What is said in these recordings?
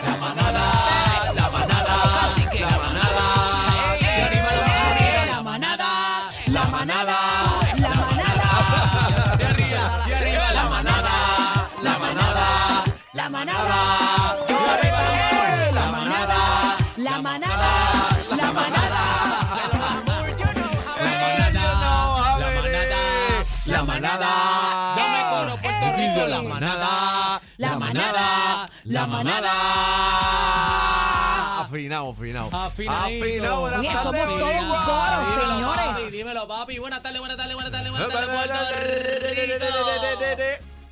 Eh, manada. Yo haré Eh, balón. La manada. La manada. La manada. Eh, La manada, la manada, dame coro Eh, Puerto Rico, la manada, la manada, la manada. Afinado, afinado. Afinadito. Afinado, buenas Oye, tardes, somos todos Bolivia. coros, Dímelo, señores. papi. Papi, dímelo, papi. Buenas tardes, buenas tardes, buenas tardes, buenas tardes, Puerto Rico.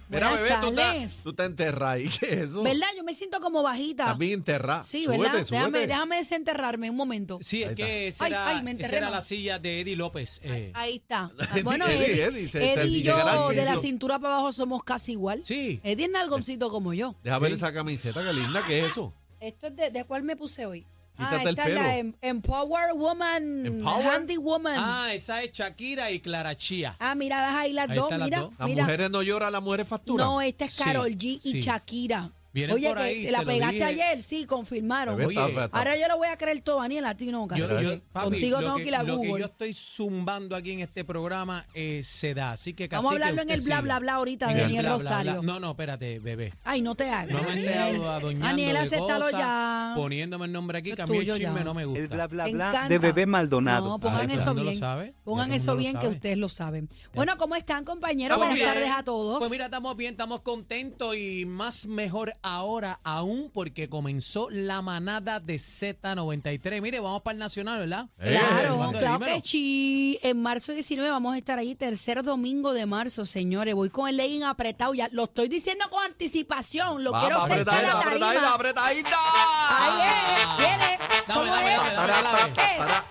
Mira, Buenas bebé, tú tardes. estás, tú estás enterrada ahí. ¿Qué es eso? ¿Verdad? Yo me siento como bajita. Estás bien enterrada. Sí, súbete, ¿verdad? Súbete. Déjame, déjame desenterrarme un momento. Sí, es Ahí está. que esa era, Ay, ay, me enterré esa era más. la silla de Eddie López. eh. Ahí está. Eddie, Bueno, Eddie, Eddie, Eddie, se- Eddie y Eddie yo llegará de la viendo. cintura para abajo somos casi igual. Sí. Eddie es nalgoncito como yo. Deja ver esa camiseta, qué linda, ¿qué es eso? ¿Esto es de, de cuál me puse hoy? ah, Quítate el esta es la pelo. em- Empower Woman, Empower? Handy Woman. Ah, Ah, esa es Shakira y Clara Chía. mira, las ahí las Ahí dos, están las mira, dos. Las mira. mujeres no lloran, las mujeres facturan. No, esta es Sí, Carol G y sí. Shakira. Vienen Oye, por que ahí, te la se lo pegaste dije. ayer, sí, confirmaron. Bebé, está Oye, fea, está- Ahora yo lo voy a creer todo, Daniel, a ti no, Yo- casi. yo- papi, Ah, Contigo lo tengo que, que ir a lo que yo Google. estoy zumbando aquí en este programa eh, se da. Así que Vamos a hablarlo en el bla, bla, bla ahorita de Daniel Rosario. No, no, espérate, bebé. Ay, no te hagas. No me estés Daniel. adoñando Daniel, de acéptalo cosas, ya. poniéndome el nombre aquí, Eso que es a mí el tuyo ya. chisme no me gusta. El bla bla Te bla encanta. de bebé Maldonado. No, pongan Ay, eso todo el mundo lo bien. sabe. Pongan Ya todo el eso mundo lo bien que sabe. ustedes lo saben. Bueno, ¿cómo están, compañeros? Buenas Estamos bien. tardes a todos. Pues mira, estamos bien, estamos contentos y más mejor ahora aún porque comenzó la manada de Z93. Mire, vamos para el Nacional, ¿verdad? Claro, Armando, claro Eh, dímelo. que sí. En marzo 19 vamos a estar ahí, tercer domingo de marzo, señores. Voy con el legging apretado ya. Lo estoy diciendo con anticipación. Lo Va, quiero va, sentar en la apretadita, tarima. apretadita, apretadita. Ahí es, viene. Dame, ¿Cómo dame, es? dame, dame, Para, para, Eh, para.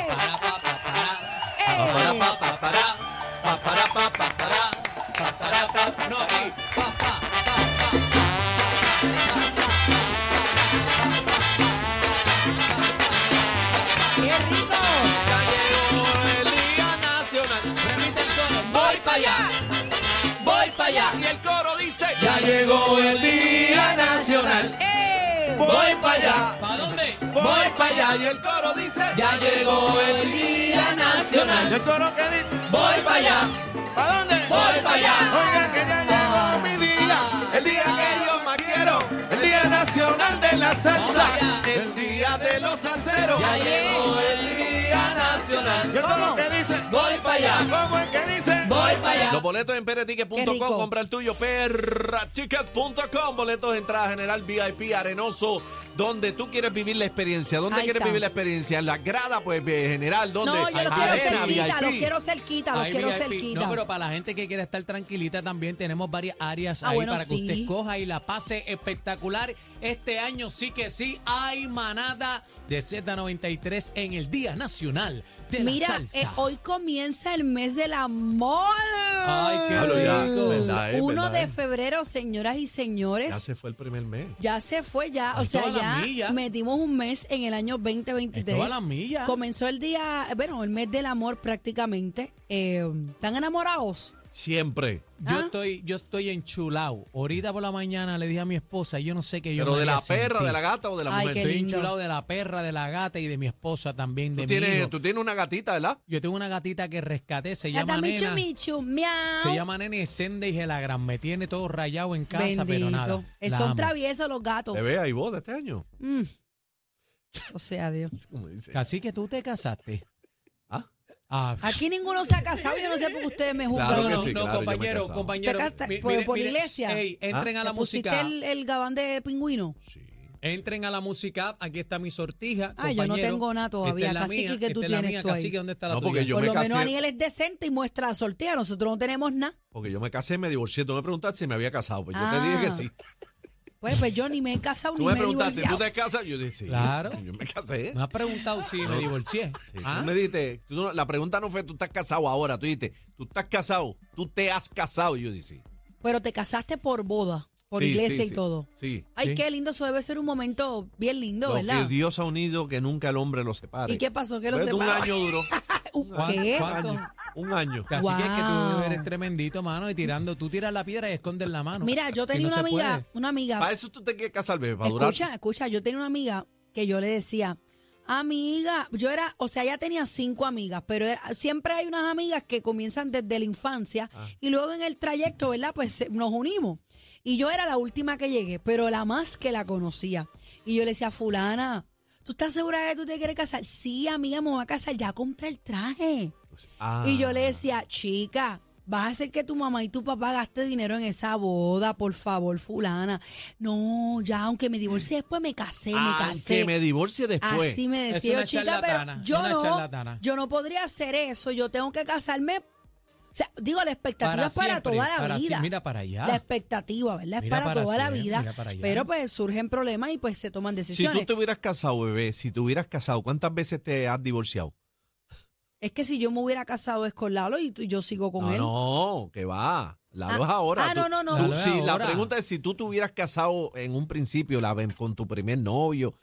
eh, Para, pa, pa, para. eh. Para, pa, pa, para. Pa, para, pa, pa, para. Pa, para, pa, pa, No, no, ey, ey. pa, pa. ¡Qué rico! Ya llegó el Día Nacional. Remite el coro. Voy para allá, voy para allá. Y el coro dice: Ya llegó el Día Nacional. ¡Eh! Voy para allá, ¿Para dónde? voy para allá. Y el coro dice: Ya llegó el Día Nacional. Yo coro que dice, Voy para allá, ¿para dónde? voy para allá. Oigan que ya llegó mi día, El día que yo más quiero, el Día Nacional de la Salsa, el Día de los Salseros. Ya llegó el Día Nacional. yo coro que dice, Voy para allá. ¿cómo es que dice? Voy para allá. Los boletos en Qué pereticket.com, rico. compra el tuyo, perraticket.com, boletos de entrada general VIP Arenoso, donde tú quieres vivir la experiencia. ¿Dónde Ahí quieres está. vivir la experiencia? En la grada, pues eh, general, donde No, yo los quiero arena, cerquita, los VIP. quiero cerquita, los Ahí, quiero VIP. cerquita. No, pero para la gente que quiera estar tranquilita también tenemos varias áreas Ah, ahí bueno, para que sí. usted escoja y la pase espectacular. Este año sí que sí hay manada de Z93 en el Día Nacional de la Mira, Salsa. eh, hoy comienza el mes del amor. Ay, qué Claro, ya, verdad, es 1 verdad, de es. febrero, señoras y Ya señores. se fue el primer mes. Ya se fue, ya. O Ay, sea, todas las ya millas. metimos un mes en el año Ay, 2023. todas las millas. Comenzó el día, bueno, el mes del amor prácticamente. Eh, ¿Están enamorados? Siempre. Yo ¿Ah? estoy, yo estoy enchulado. Ahorita por la mañana le dije a mi esposa, yo no sé qué yo. Pero me de la haría sin perra, ti. de la gata o de la Ay, mujer. qué Estoy lindo. enchulado de la perra, de la gata y de mi esposa también, de Tú mi hijo. tienes, tú tienes una gatita, ¿verdad? Yo tengo una gatita que rescaté, se llama Hasta Michu Nena. Michu, miau. Se llama Nene Sende y la gran Me tiene todo rayado en casa, pero nada. Bendito. Eh, la Son amo. traviesos los gatos. Te ve ahí vos de este año. Mm. O sea, Dios. Como dice. Así que tú te casaste. Ah. Ah, Aquí ninguno se ha casado, yo no sé por qué ustedes me juzgan. Claro no, que no, sí, no, claro, yo me he compañero, casado. ¿Ah? compañero. ¿Te casaste mi- por- por iglesia? ey, entren a ¿Te la pusiste música. el, el gabán de pingüino? Entren a la música. Aquí está mi sortija. Ah, yo no compañero. tengo nada todavía. Esta es la Cacique, mía, ¿qué tú esta es la tienes mía, tú ahí? Cacique, ¿dónde está la No, porque tuya? yo Por me lo menos casé- Aniel es decente y muestra sortija. Nosotros no tenemos nada. Porque yo me casé, me divorcié. Tú me preguntaste si me había casado. Pues yo Ah. te dije que sí. Pues, pues yo ni me he casado Tú ni me me he preguntaste, ¿tú divorciado. te casas? Yo dije, sí. Claro. Yo me casé. Me has preguntado si me divorcié. Sí, Ah, Tú me dijiste, tú no- la pregunta no fue, tú estás casado ahora. Tú dijiste, tú estás casado, tú te has casado. Yo dije, sí. Pero te casaste por boda, por Sí, iglesia sí, y sí, todo. Sí. Ay, Sí. qué lindo, eso debe ser un momento bien lindo, Lo ¿verdad? que Dios ha unido, que nunca el hombre lo separe. ¿Y qué pasó? Que lo Pero Un separó? año duró. Uh, ¿Cuán- ¿Qué? cuánto? Un año. Un año. Cacique, es que Wow. tú eres tremendito, mano, y tirando, tú tiras la piedra y escondes la mano. Mira, yo Si tenía no una se puede. amiga, una amiga Para eso tú te quieres casar, bebé, para durar. Escucha, escucha, yo tenía una amiga que yo le decía, Amiga, yo era, o sea, ya tenía cinco amigas, pero era- siempre hay unas amigas que comienzan desde la infancia Ah. y luego en el trayecto, ¿verdad? Pues se- nos unimos. Y yo era la última que llegué, pero la más que la conocía. Y yo le decía, fulana, ¿tú estás segura de que tú te quieres casar? Sí, amiga, me voy a casar, ya compré el traje. Pues, ah, Y Ah. yo le decía, chica, vas a hacer que tu mamá y tu papá gaste dinero en esa boda, por favor, fulana. No, ya, aunque me divorcie después, me casé, me casé. Aunque ah, me divorcie después. Así me Es decía yo, una chica, pero charlatana, yo una no, charlatana". yo no podría hacer eso, yo tengo que casarme. O sea, digo, la expectativa Para es para siempre, toda la para vida. sie- mira para allá. La expectativa, ¿verdad? Es Mira para, para toda la sie- vida. mira para allá. Pero pues surgen problemas y pues se toman si decisiones. tú te hubieras casado, bebé, si te hubieras casado, ¿cuántas veces te has divorciado? Es que si yo me hubiera casado es con Lalo y, tú- y yo sigo con No, él. Ah, no, que va. La Ah, dos ahora. ah, Tú- no, no, no. tú- La dos sí, la ahora. pregunta es si tú te hubieras casado en un principio la, ven- con tu primer novio,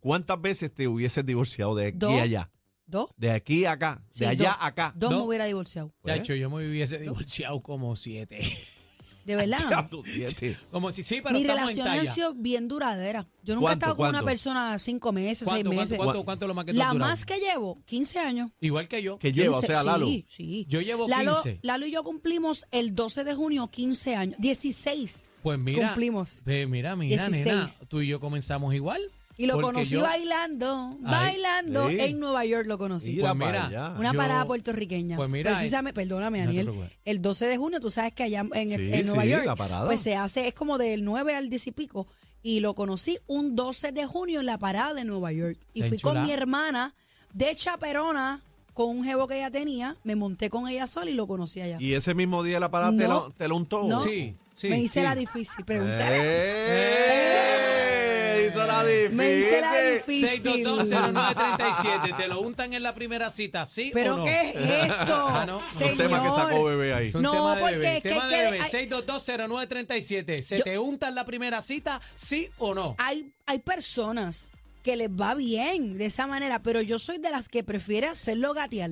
¿cuántas veces te hubieses divorciado de aquí Dos. a allá? Dos. De aquí a acá, de Sí, allá dos. a acá. Dos me Dos. hubiera divorciado. Pues. Chacho, yo me hubiese divorciado como siete. De verdad. Ya, tú siete. Como si sí, pero Mi estamos en relación ha talla. sido bien duradera. Yo nunca he ¿Cuánto, estado con una cuánto? persona cinco meses, seis ¿Cuánto, meses. cuánto, cuánto, cuánto es lo más que tú has La durado? más que llevo, 15 años. Igual que yo. Que lleva, o 15, sea, Lalo. Sí, sí. Yo llevo Lalo, 15. Lalo y yo cumplimos el 12 de junio 15 años. 16. Pues mira. Cumplimos. eh, mira, mira, 16. nena. Tú y yo comenzamos igual. Y lo porque conocí yo- bailando, Ay, bailando sí. en Nueva York lo conocí. Mira Pues para mira, allá. Una yo- parada puertorriqueña. Pues mira, Precisamente, perdóname, No te Daniel. preocupes. el 12 de junio, tú sabes que allá en, en- Sí, en Nueva sí, York, la parada. pues se hace, es como del 9 al 10 y pico. Y lo conocí un 12 de junio en la parada de Nueva York. Y Qué fui con chula. mi hermana de Chaperona con un jevo que ella tenía. Me monté con ella sola y lo conocí allá. Y ese mismo día la parada te, No. lo, te lo untó. No. Oh, Sí, sí. me hice sí. la difícil, pregunté. ¡Eh! Hizo la difícil. Me hice la difícil. 6220937. Te lo untan en la primera cita, ¿sí o ¿Pero no? qué es esto? Ah, no. Señor. Un tema que sacó bebé ahí. Es un No, tema de porque bebé. es que- tema que- de bebé. hay- 6220937. ¿Se Yo- Ah, te unta en la primera cita, sí o no? Hay, hay personas que les va bien de esa manera, pero yo soy de las que prefiere hacerlo gatear.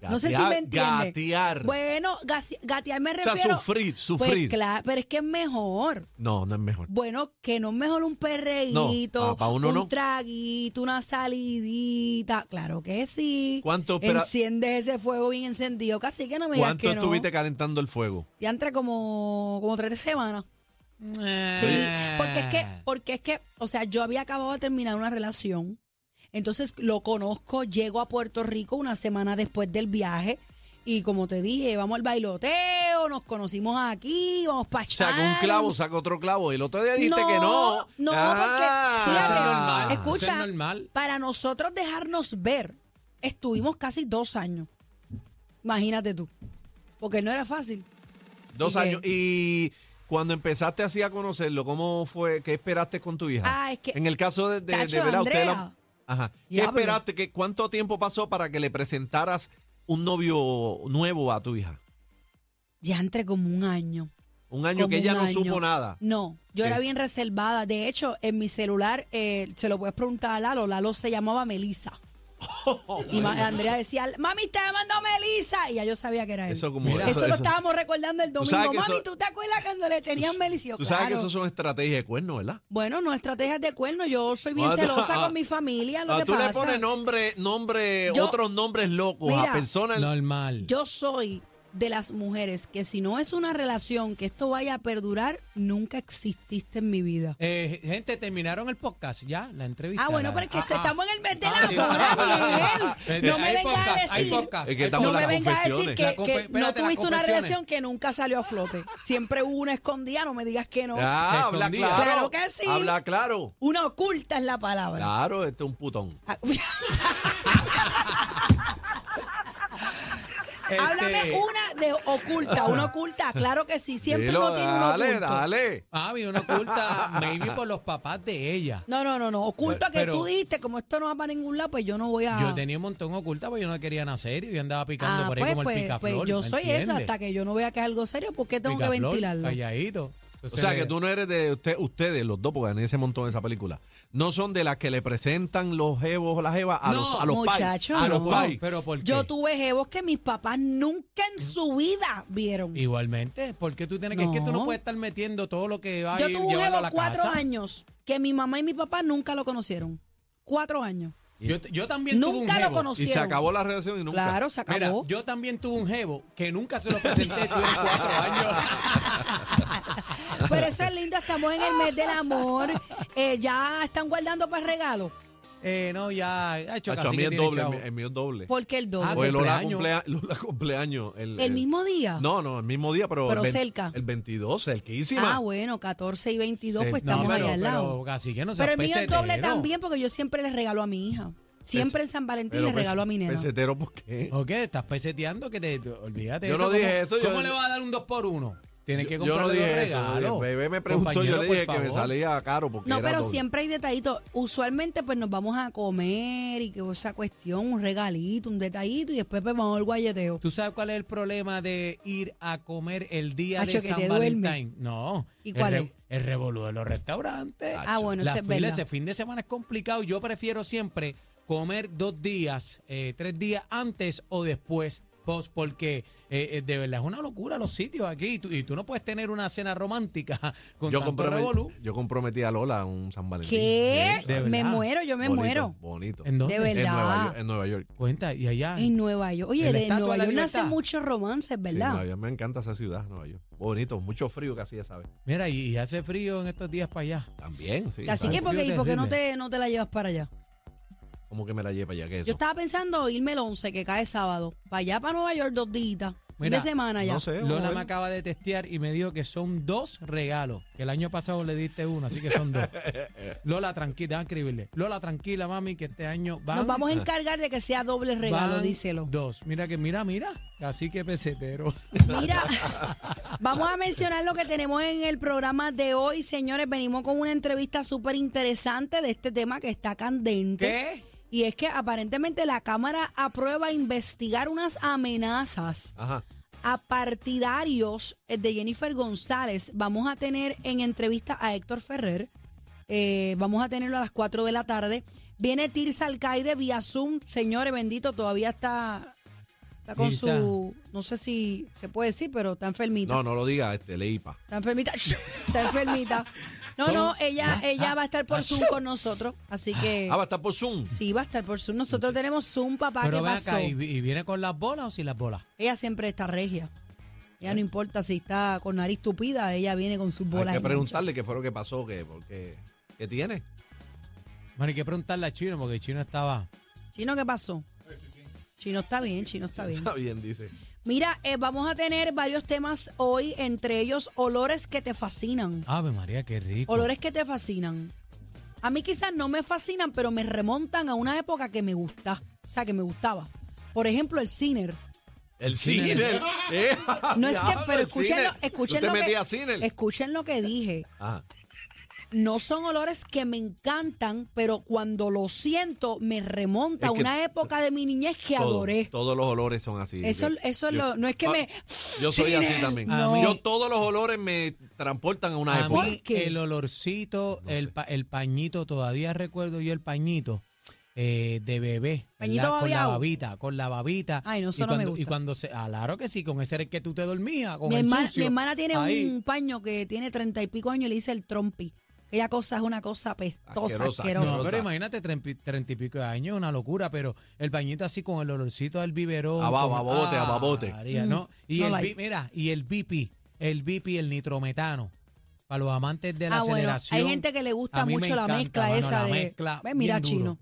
no sé si me entiende. Gatear. Bueno, gasi- gatear me O sea, refiero. sufrir, Pues sufrir. claro, pero es que es mejor. no, no es mejor. Bueno, que no es mejor un perreíto, No, pa- pa' uno un no. traguito, una salidita. Claro que sí. ¿Cuánto, pero- Enciendes ese fuego bien encendido, casi que no me digas ¿Cuánto que no. estuviste calentando el fuego? Y entre como, como tres semanas. Sí, Ah. Eh. porque es que, porque es que, o sea, yo había acabado de terminar una relación, entonces lo conozco, llego a Puerto Rico una semana después del viaje y como te dije, vamos al bailoteo, nos conocimos aquí, vamos para Saca un clavo, saca otro clavo. Y el otro día dijiste que no. Ah, no, no, Ah. porque fíjate, Eso es normal, escucha, eso es normal. para nosotros dejarnos ver, estuvimos casi dos años. Imagínate tú, porque no era fácil. Dos ¿Y qué? años. Y cuando empezaste así a conocerlo, ¿cómo fue? ¿Qué esperaste con tu hija? Ah, es que- En el caso de, de, de Chacho, ver a usted. la- Andrea. ajá. ¿Qué Diablo. esperaste? ¿Qué, ¿Cuánto tiempo pasó para que le presentaras un novio nuevo a tu hija? Ya entre como un año. Un año como que ella un no año. supo nada. No, yo Sí. era bien reservada. De hecho, en mi celular, eh, se lo puedes preguntar a Lalo, Lalo se llamaba Melisa. y ma- Andrea decía, mami, te mandó Melisa. Y ya yo sabía que era él. Eso como Mira, Eso lo eso- estábamos recordando el domingo. sabes que Mami, eso- ¿tú te acuerdas cuando le tenían Melisa? Y yo, Tú sabes que "Claro". eso son estrategias de cuerno, ¿verdad? Bueno, no estrategias de cuerno. Yo soy bien Ah, tú- celosa ah, con mi familia. Lo Ah, que tú pasa. le pones nombre, nombre, Yo- otros nombres locos Mira, a personas. Normal. Yo soy de las mujeres que si no es una relación que esto vaya a perdurar, nunca exististe en mi vida. Eh, gente, terminaron el podcast ya, la entrevista. Ah, bueno, La- pero es que Ah, esto- ah. estamos en el mes de Ah, sí. la hora, Miguel. No me Hay vengas a podcast, hay decir. podcast, Es que hay estamos No en me las vengas a decir confesiones. que, Las que confe- no espérate, las tuviste una confesiones. relación que nunca salió a flote. Siempre hubo una escondida, no me digas que no. Ah, habla Escondida. Claro claro. que sí. Habla claro. Una oculta es la palabra. Claro, este es un putón. Ah, Este, Háblame una de oculta, una oculta, claro que sí, siempre Dilo, uno tiene una dale, oculta. dale. Ah, vi una oculta, maybe por los papás de ella. No, no, no, no, oculta que Pero- tú diste, como esto no va para ningún lado, pues yo no voy a... Yo tenía un montón oculta porque yo no quería nacer y yo andaba picando Ah, por ahí pues, como pues, el picaflor. pues yo ¿me soy esa, entiendes? hasta que yo no vea que es algo serio, ¿por qué tengo que Picaflor, ventilarlo? Calladito. O sea, que tú no eres de usted, ustedes, los dos, porque gané ese montón de esa película. No son de las que le presentan los jevos o las jevas a No, los a los pais, muchacho, a los no. pais. Pero ¿por qué? Yo tuve jevos que mis papás nunca en su vida vieron. Igualmente, porque tú tienes que. Es que tú No. no puedes estar metiendo todo lo que va a Yo ir tuve un llevando a jevo la cuatro casa. años que mi mamá y mi papá nunca lo conocieron. Cuatro años. Yo, yo también tuve un Nunca lo jevo. conocí. Y se Hicieron. acabó la relación y nunca. Claro, se Mira, acabó. yo también tuve un jevo que nunca se lo presenté, tuve cuatro años. Pero eso es lindo, estamos en el mes del amor. Eh, ya están guardando para regalos. Eh, no, ya, ha Hacho, hecho a casi mí que es tiene doble, chavo. el mío es doble. Porque el doble. Ah, pues, Oye, Lola, cumplea- cumpleaños. Lola cumpleaños. El, ¿El mismo día? No, no, el mismo día, pero. Ah. Pero el vein- cerca. El 22, cerquísima. ah, bueno, 14 y 22, Sí, pues no, estamos pero, allá al lado. pero casi que no seas Pero el mío es doble pesetero. también porque yo siempre les regalo a mi hija. Siempre en San Valentín les pes- regalo a mi nena. Pesetero, ¿por qué? ¿O qué? Estás peseteando que te, te- olvídate Yo eso. no dije ¿Cómo- eso, yo- ¿Cómo le vas a dar un 2 por 1 Tienes que Yo- yo no comprarle dije dos eso, regalos. el bebé me preguntó, yo Compañero, le por dije que me favor. salía caro porque No, era pero doble. siempre hay detallitos. Usualmente, pues nos vamos a comer y que esa cuestión, un regalito, un detallito y después pues, vamos al guayeteo. ¿Tú sabes cuál es el problema de ir a comer el día Hacho, de que San te duerme. Valentín? No. ¿Y el cuál re- es? El revolú de los restaurantes. Ah, bueno, La eso es fila verdad. ese fin de semana es complicado. Yo prefiero siempre comer dos días, eh, tres días antes o después. Post, porque eh, eh, de verdad es una locura los sitios aquí y tú, y tú no puedes tener una cena romántica con yo, tanto compromet- revolú. yo comprometí a Lola a un San Valentín. ¿Qué? Sí, de me verdad. muero, yo me bonito, muero. Bonito. ¿En dónde? De verdad. En Nueva York. En Nueva York. Cuenta, y allá. En Nueva York. Oye, ¿En la de Estatua Nueva de la York nacen Libertad? muchos romances, Sí, Nueva ¿verdad? York. Me encanta esa ciudad, Nueva York. Bonito, mucho frío que hacía, ¿sabes? Mira, y, y hace frío en estos días para allá. También, sí. Así ¿sabes? que, porque, ¿y por qué no terrible. te, no te la llevas para allá? ¿Cómo que me la lleva ya que eso? Yo estaba pensando irme el 11, que cae sábado. Para allá, para Nueva York, dos días. Fin Mira, de semana ya. no sé. vamos a Lola ver. me acaba de testear y me dijo que son dos regalos. Que el año pasado le diste uno, así que son dos. Lola, tranquila, déjame escribirle. Lola, tranquila, mami, que este año van, Nos vamos a encargar de que sea doble regalo, van díselo. Dos. Mira que, mira, mira. Así que pesetero. Mira, vamos a mencionar lo que tenemos en el programa de hoy, señores. Venimos con una entrevista súper interesante de este tema que está candente. ¿Qué? Y es que aparentemente la Cámara aprueba investigar unas amenazas Ajá. a partidarios eh, de Jennifer González. Vamos a tener en entrevista a Héctor Ferrer. Eh, vamos a tenerlo a las 4 de la tarde. Viene Tirsa Alcaide vía Zoom. Señores, bendito, todavía está, está con Tirsa. su... No sé si se puede decir, pero está enfermita. No, no lo diga, este, leipa. Está enfermita. Está enfermita. No, no, Ah, ella, ella va a estar por Zoom con nosotros. Así que... Ah, va a estar por Zoom. Sí, va a estar por Zoom. Nosotros tenemos Zoom, papá. Pero ¿Qué ven pasó? acá, ¿y, y viene con las bolas o sin las bolas? Ella siempre está regia. Ya no importa si está con nariz tupida, ella viene con sus bolas. Eh. Hay que enganchadas. preguntarle qué fue lo que pasó, qué, porque, qué tiene. Bueno, hay que preguntarle a Chino, porque Chino estaba. Chino, ¿qué pasó? Chino está bien, Chino está bien. Está bien, dice. Mira, eh, vamos a tener varios temas hoy, entre ellos olores que te fascinan. Ave María, qué rico. Olores que te fascinan. A mí quizás no me fascinan, pero me remontan a una época que me gusta, o sea, que me gustaba. Por ejemplo, el ciner. El cine. Eh, No es que, diablo, pero el escuchen, cine. escuchen, Tú te lo metías que, a cine. Ah, escuchen lo que dije. Ajá. no son olores que me encantan, pero cuando lo siento me remonta Es a que una época de mi niñez que Todo- adoré. Todos los olores son así. Eso- Yo- eso es yo- lo- no es que Ah, me- Yo soy así Cine. también. No. Yo todos los olores me transportan a una A época. ¿Por mí qué? el olorcito, No el, sé. pa- el pañito, todavía recuerdo yo el pañito eh, de bebé. Pañito ¿verdad? Con la babeado. babita, con la babita. Ay, no, eso y no me cuando, gusta. Y cuando se, ah, claro que sí, con ese era el que tú te dormías, con Mi el hermana, sucio. mi hermana tiene Ahí. un paño que tiene treinta y pico años y le dice el trompi. Aquella cosa es una cosa pestosa, Asquerosa, asquerosa. No, cosa. pero imagínate, treinta y- treinta y pico de años, una locura, pero el pañito así con el olorcito del biberón. A babo, con- a babote, a babote. María, no. Y Mm, no el, like. bi- mira, y el BP, el BP, el nitrometano. Para los amantes de la Ah, bueno, aceleración. hay gente que le gusta a mí me mucho la encanta, mezcla mano, esa la de- mezcla Ve, mira, bien duro. Chino.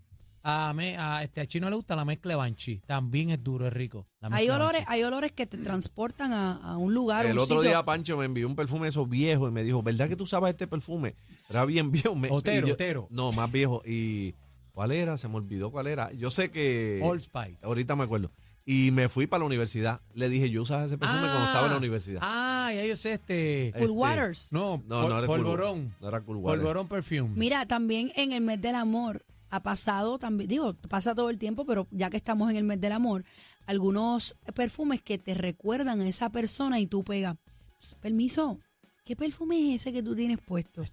A, me- a este, a Chino le gusta la mezcla de Banshee. También es duro, es rico. la Hay mezcla de olores, Banshee. hay olores que te transportan a, a un lugar, a El un otro sitio. día Pancho me envió un perfume de esos viejos y me dijo, ¿verdad que tú sabes este perfume? Era bien viejo. Me, Otero, y yo- Otero. No, más viejo. ¿Y cuál era? Se me olvidó cuál era. Yo sé que... Old Spice. Ahorita me acuerdo. Y me fui para la universidad. Le dije, yo usaba ese perfume cuando estaba en la universidad. Ah, ya yo sé este. Cool este, Waters. No, No, pol- no era Cool polvorón. Waters, no era Cool Waters. polvorón perfume. Mira, también en el mes del amor ha pasado también, digo, pasa todo el tiempo, pero ya que estamos en el mes del amor, algunos perfumes que te recuerdan a esa persona y tú pegas, "Ps, permiso, ¿qué perfume es ese que tú tienes puesto?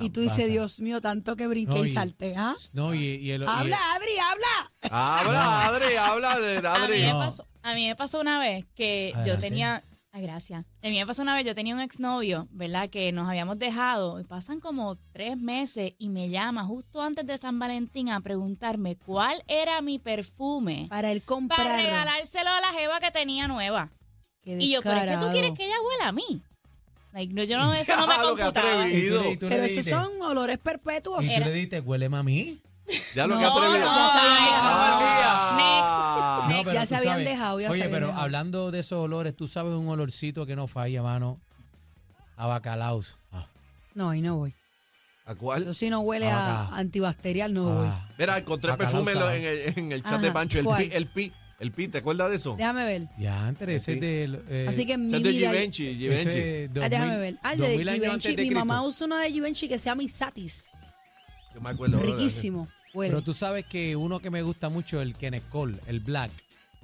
Y tú dices, pasa. Dios mío, tanto que brinqué No, y y- salté, ¿ah? No, y, y eh el. y el- Habla, Adri, habla. Habla, Adri, habla de A mí, Adri. me No. pasó, a mí me pasó una vez que Adelante. yo tenía Ay, gracias. A mí me pasó una vez, yo tenía un exnovio, ¿verdad? Que nos habíamos dejado y pasan como tres meses y me llama justo antes de San Valentín a preguntarme cuál era mi perfume Para él comprar. para regalárselo a la jeva que tenía nueva. Qué Y yo, pero es que tú descarado. quieres que ella huela a mí. Like, no, yo no, eso no me Ya, lo que computaba. atrevido. Pero esos son olores perpetuos. Y tú Era- le diste, huele mami. Ya lo que No, atrevido. no, Ah. Next. Eh, Ya se tú habían dejado, ya se Oye, habían pero dejado. hablando de esos olores, tú sabes un olorcito que no falla, mano. A bacalaos. Ah, No, ahí no voy. ¿A cuál? Yo si no huele a Acá. antibacterial, no voy. ah. Mira, encontré Bacalao perfume en lo- salado. en el, en el chat Ajá, de Pancho, el ¿cuál? pi, el pi, el pi, ¿te acuerdas de eso? Déjame ver. Ya, entre Sí. ese es del. eh, Así que en Ese mi es de vida. Givenchy, ese Givenchy. es Ah, 2000, déjame ver. Ah, el de 2000 años Givenchy. antes de Mi Cristo. mamá usa uno de Givenchy que se llama Isatis. Yo me acuerdo. ahora de- Riquísimo. Huele. Pero tú sabes que uno que me gusta mucho es el Kenneth Cole, el Black,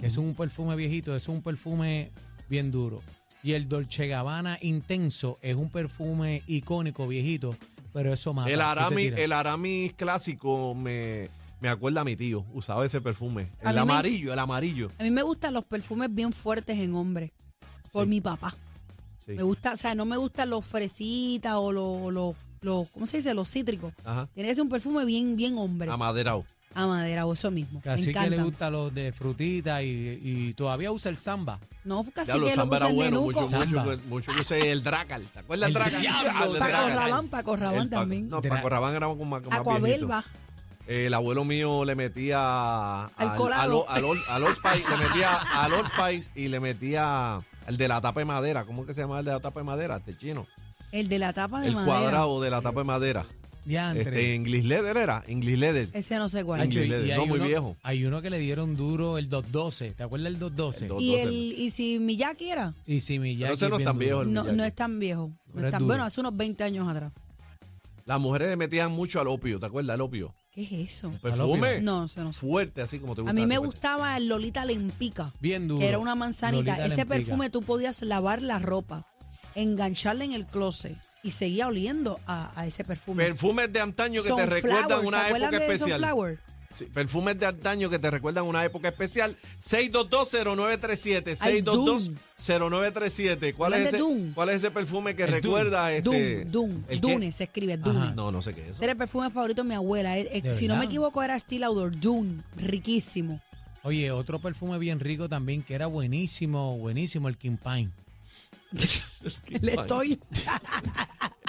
que es un perfume viejito, es un perfume bien duro. Y el Dolce Gabbana Intenso es un perfume icónico, viejito, pero eso mata. El tú te aramis, tiras. el aramis clásico me, me acuerda a mi tío. Usaba ese perfume. A mí El me- amarillo, el amarillo. A mí me gustan los perfumes bien fuertes en hombre. Por mi papá. Sí. Me gusta, o sea, no me gustan los fresitas o los, los, los- ¿cómo se dice? Los cítricos. Ajá. Tiene que ser un perfume bien, bien hombre. Amaderado. A madera o eso mismo. me Casi que encanta. le gusta los de frutita y, y todavía usa el samba. No, casi Diablo, que lo Samba usa era el bueno. nenuco. Mucho, Samba. mucho, mucho que usé el Dracal. ¿Te acuerdas del El Dracal? diablo, Ah, el Paco Dracal. Rabanne, Paco Rabanne El Paco- también. No, Dra- Paco Rabán era un, más, más viejito. Acuabelva. Eh, el abuelo mío le metía al, colado. al, al, Old- al Old Spice, le metía al Old Spice y le metía al de la tapa de madera. ¿Cómo es que se llama el de la tapa de madera? Este chino. El de la tapa de El madera. cuadrado de la tapa de madera. Ya, Este, English Leather era. English Leather. Ese no sé cuál. Ay, Inglés, no, muy uno, viejo. hay uno que le dieron duro, el 212. ¿Te acuerdas del 212? El dos- y, doce, el, y si Miyaki era, y si mi Pero Jackie ese es no es bien tan viejo, duro. el no, Miyagi. no es tan viejo. No Pero es es tan- duro. bueno, hace unos 20 años atrás. Las mujeres le metían mucho al opio, ¿te acuerdas del opio? ¿Qué es eso? Perfume No, se no sé. fuerte, así como te gusta. A mí me fuerte. gustaba el Lolita Lempica, Bien duro. que era una manzanita. Lolita Ese Lempica. perfume tú podías lavar la ropa, engancharla en el closet y seguía oliendo a, a ese perfume. Perfumes de antaño que te Sunflower, recuerdan ¿se una acuerdan época de especial. Sunflower? Sí, perfumes de antaño que te recuerdan una época especial. 6220937. Ay, Doom. 6220937. ¿Cuál, Hablan es de ese- Doom. ¿Cuál es ese perfume que El Doom. recuerda Dune, este? Dune, ¿El qué? Dune se escribe Dune. Ajá. No, no sé qué es eso. Ese era el perfume favorito de mi abuela. Eh, eh, ¿De si no me verdad? equivoco, era Steel Odor Dune, riquísimo. Oye, otro perfume bien rico también que era buenísimo, buenísimo, el King Pine. Le estoy.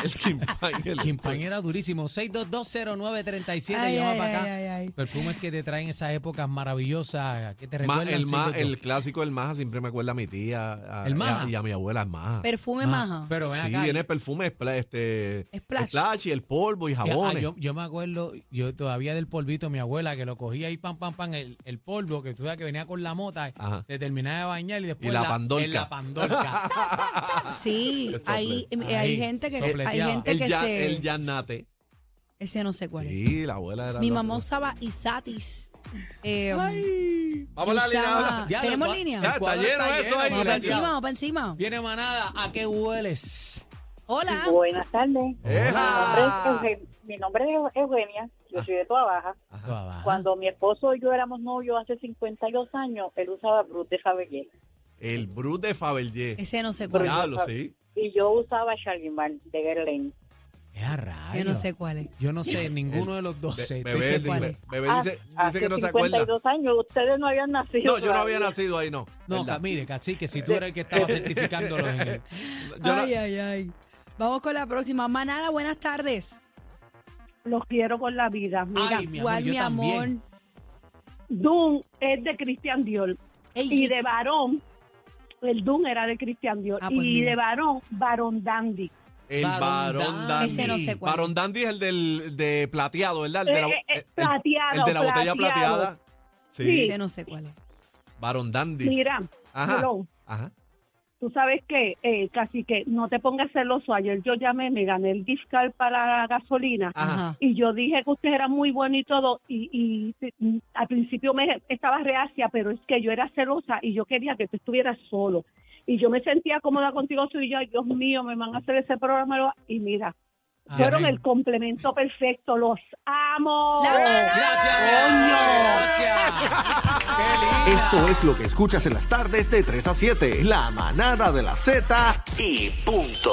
El Kim Pine, el- King Pine era durísimo. 6220937, Ay, llama ay, para ay, acá. ay, ay. Perfumes que te traen esas épocas maravillosas, que te Ma- recuerdan. el, ma- 622. el clásico del Maja siempre me acuerda a mi tía a- ¿El y a- Maja? y a mi abuela, el Maja. Perfume maja. Pero ven sí, acá, viene yo- perfume, spla- este, Splash. y el polvo y Ah, jabones. yo, yo me acuerdo, yo todavía del polvito, mi abuela, que lo cogía ahí, pam, pam, pam, el, el polvo, que tú sabes que venía con la mota, Ajá. se terminaba de bañar y después Y la pandorca. en la pandorca. Ah, Sí, hay, eh, hay Ahí, gente que hay sopleteaba. gente el, que ya- se el yannate. ese no sé cuál es. Sí, la abuela era. Mi la- mamá usaba Isatis. Eh, Vamos a la línea usaba- ahora. Ya, ¿Tenemos el cua- línea? el Ya, está cuadro lleno eso ahí, vamos mira, para ya. encima, vamos para encima. Viene manada, ¿a qué hueles? Hola. Buenas tardes. ¡Ejá! Mi nombre es Eugen- Mi nombre es Eugenia, yo soy de Toa Baja. Ah. Tú abajo. Cuando mi esposo y yo éramos novios hace 52 años, él usaba Brut de Fabergé El Brut de Fabergé. Ese no sé cuál es. Diablo, sí. y yo usaba Charlimar de Guerlain. Es a rayos. Ese no sé cuál es. Yo no sé ninguno de los dos. Be- sé, estoy Bebé, seguro. cuál be- es. bebé Ah, Pues dice, dice hace que no se acuerda. 52 años, ustedes no habían nacido. No, yo no había todavía. nacido ahí, no. No, ¿Verdad? ca- mire, cacique, si tú eres el que estaba certificándolo en el- Yo no- ay, ay, ay. Vamos con la próxima. Manada, buenas tardes. Los quiero con la vida. Mira, Ay, mi amor, ¿Cuál, yo mi amor? también. Doom pues, es de Christian Dior. Ey, Y de varón, el Doom era de Christian Dior. Ah, pues y mira. de varón, varón Dandy. El Barón Barón Dandy. Dandy. Ese no sé cuál. Barón Dandy es el del de plateado, ¿verdad? El de la, Eh, eh, eh, el- el- plateado, el de la botella plateado. plateada. Sí. Sí. ese no sé cuál es. Barón Dandy. Mira, Ajá. hello, Ajá. tú sabes que eh, casi que no te pongas celoso. Ayer yo llamé, me gané el gift card para la gasolina. Ah. Ajá. Y yo dije que usted era muy bueno y todo, y, y, mm, al principio me estaba reacia, pero es que yo era celosa y yo quería que tú estuvieras solo. Y yo me sentía cómoda contigo, soy yo, ay, Dios mío, me van a hacer ese programa. lo- Y mira, Fueron el complemento perfecto. Los amo. La manada. Esto es lo que escuchas en las tardes de 3 a 7. La manada de la Z y punto.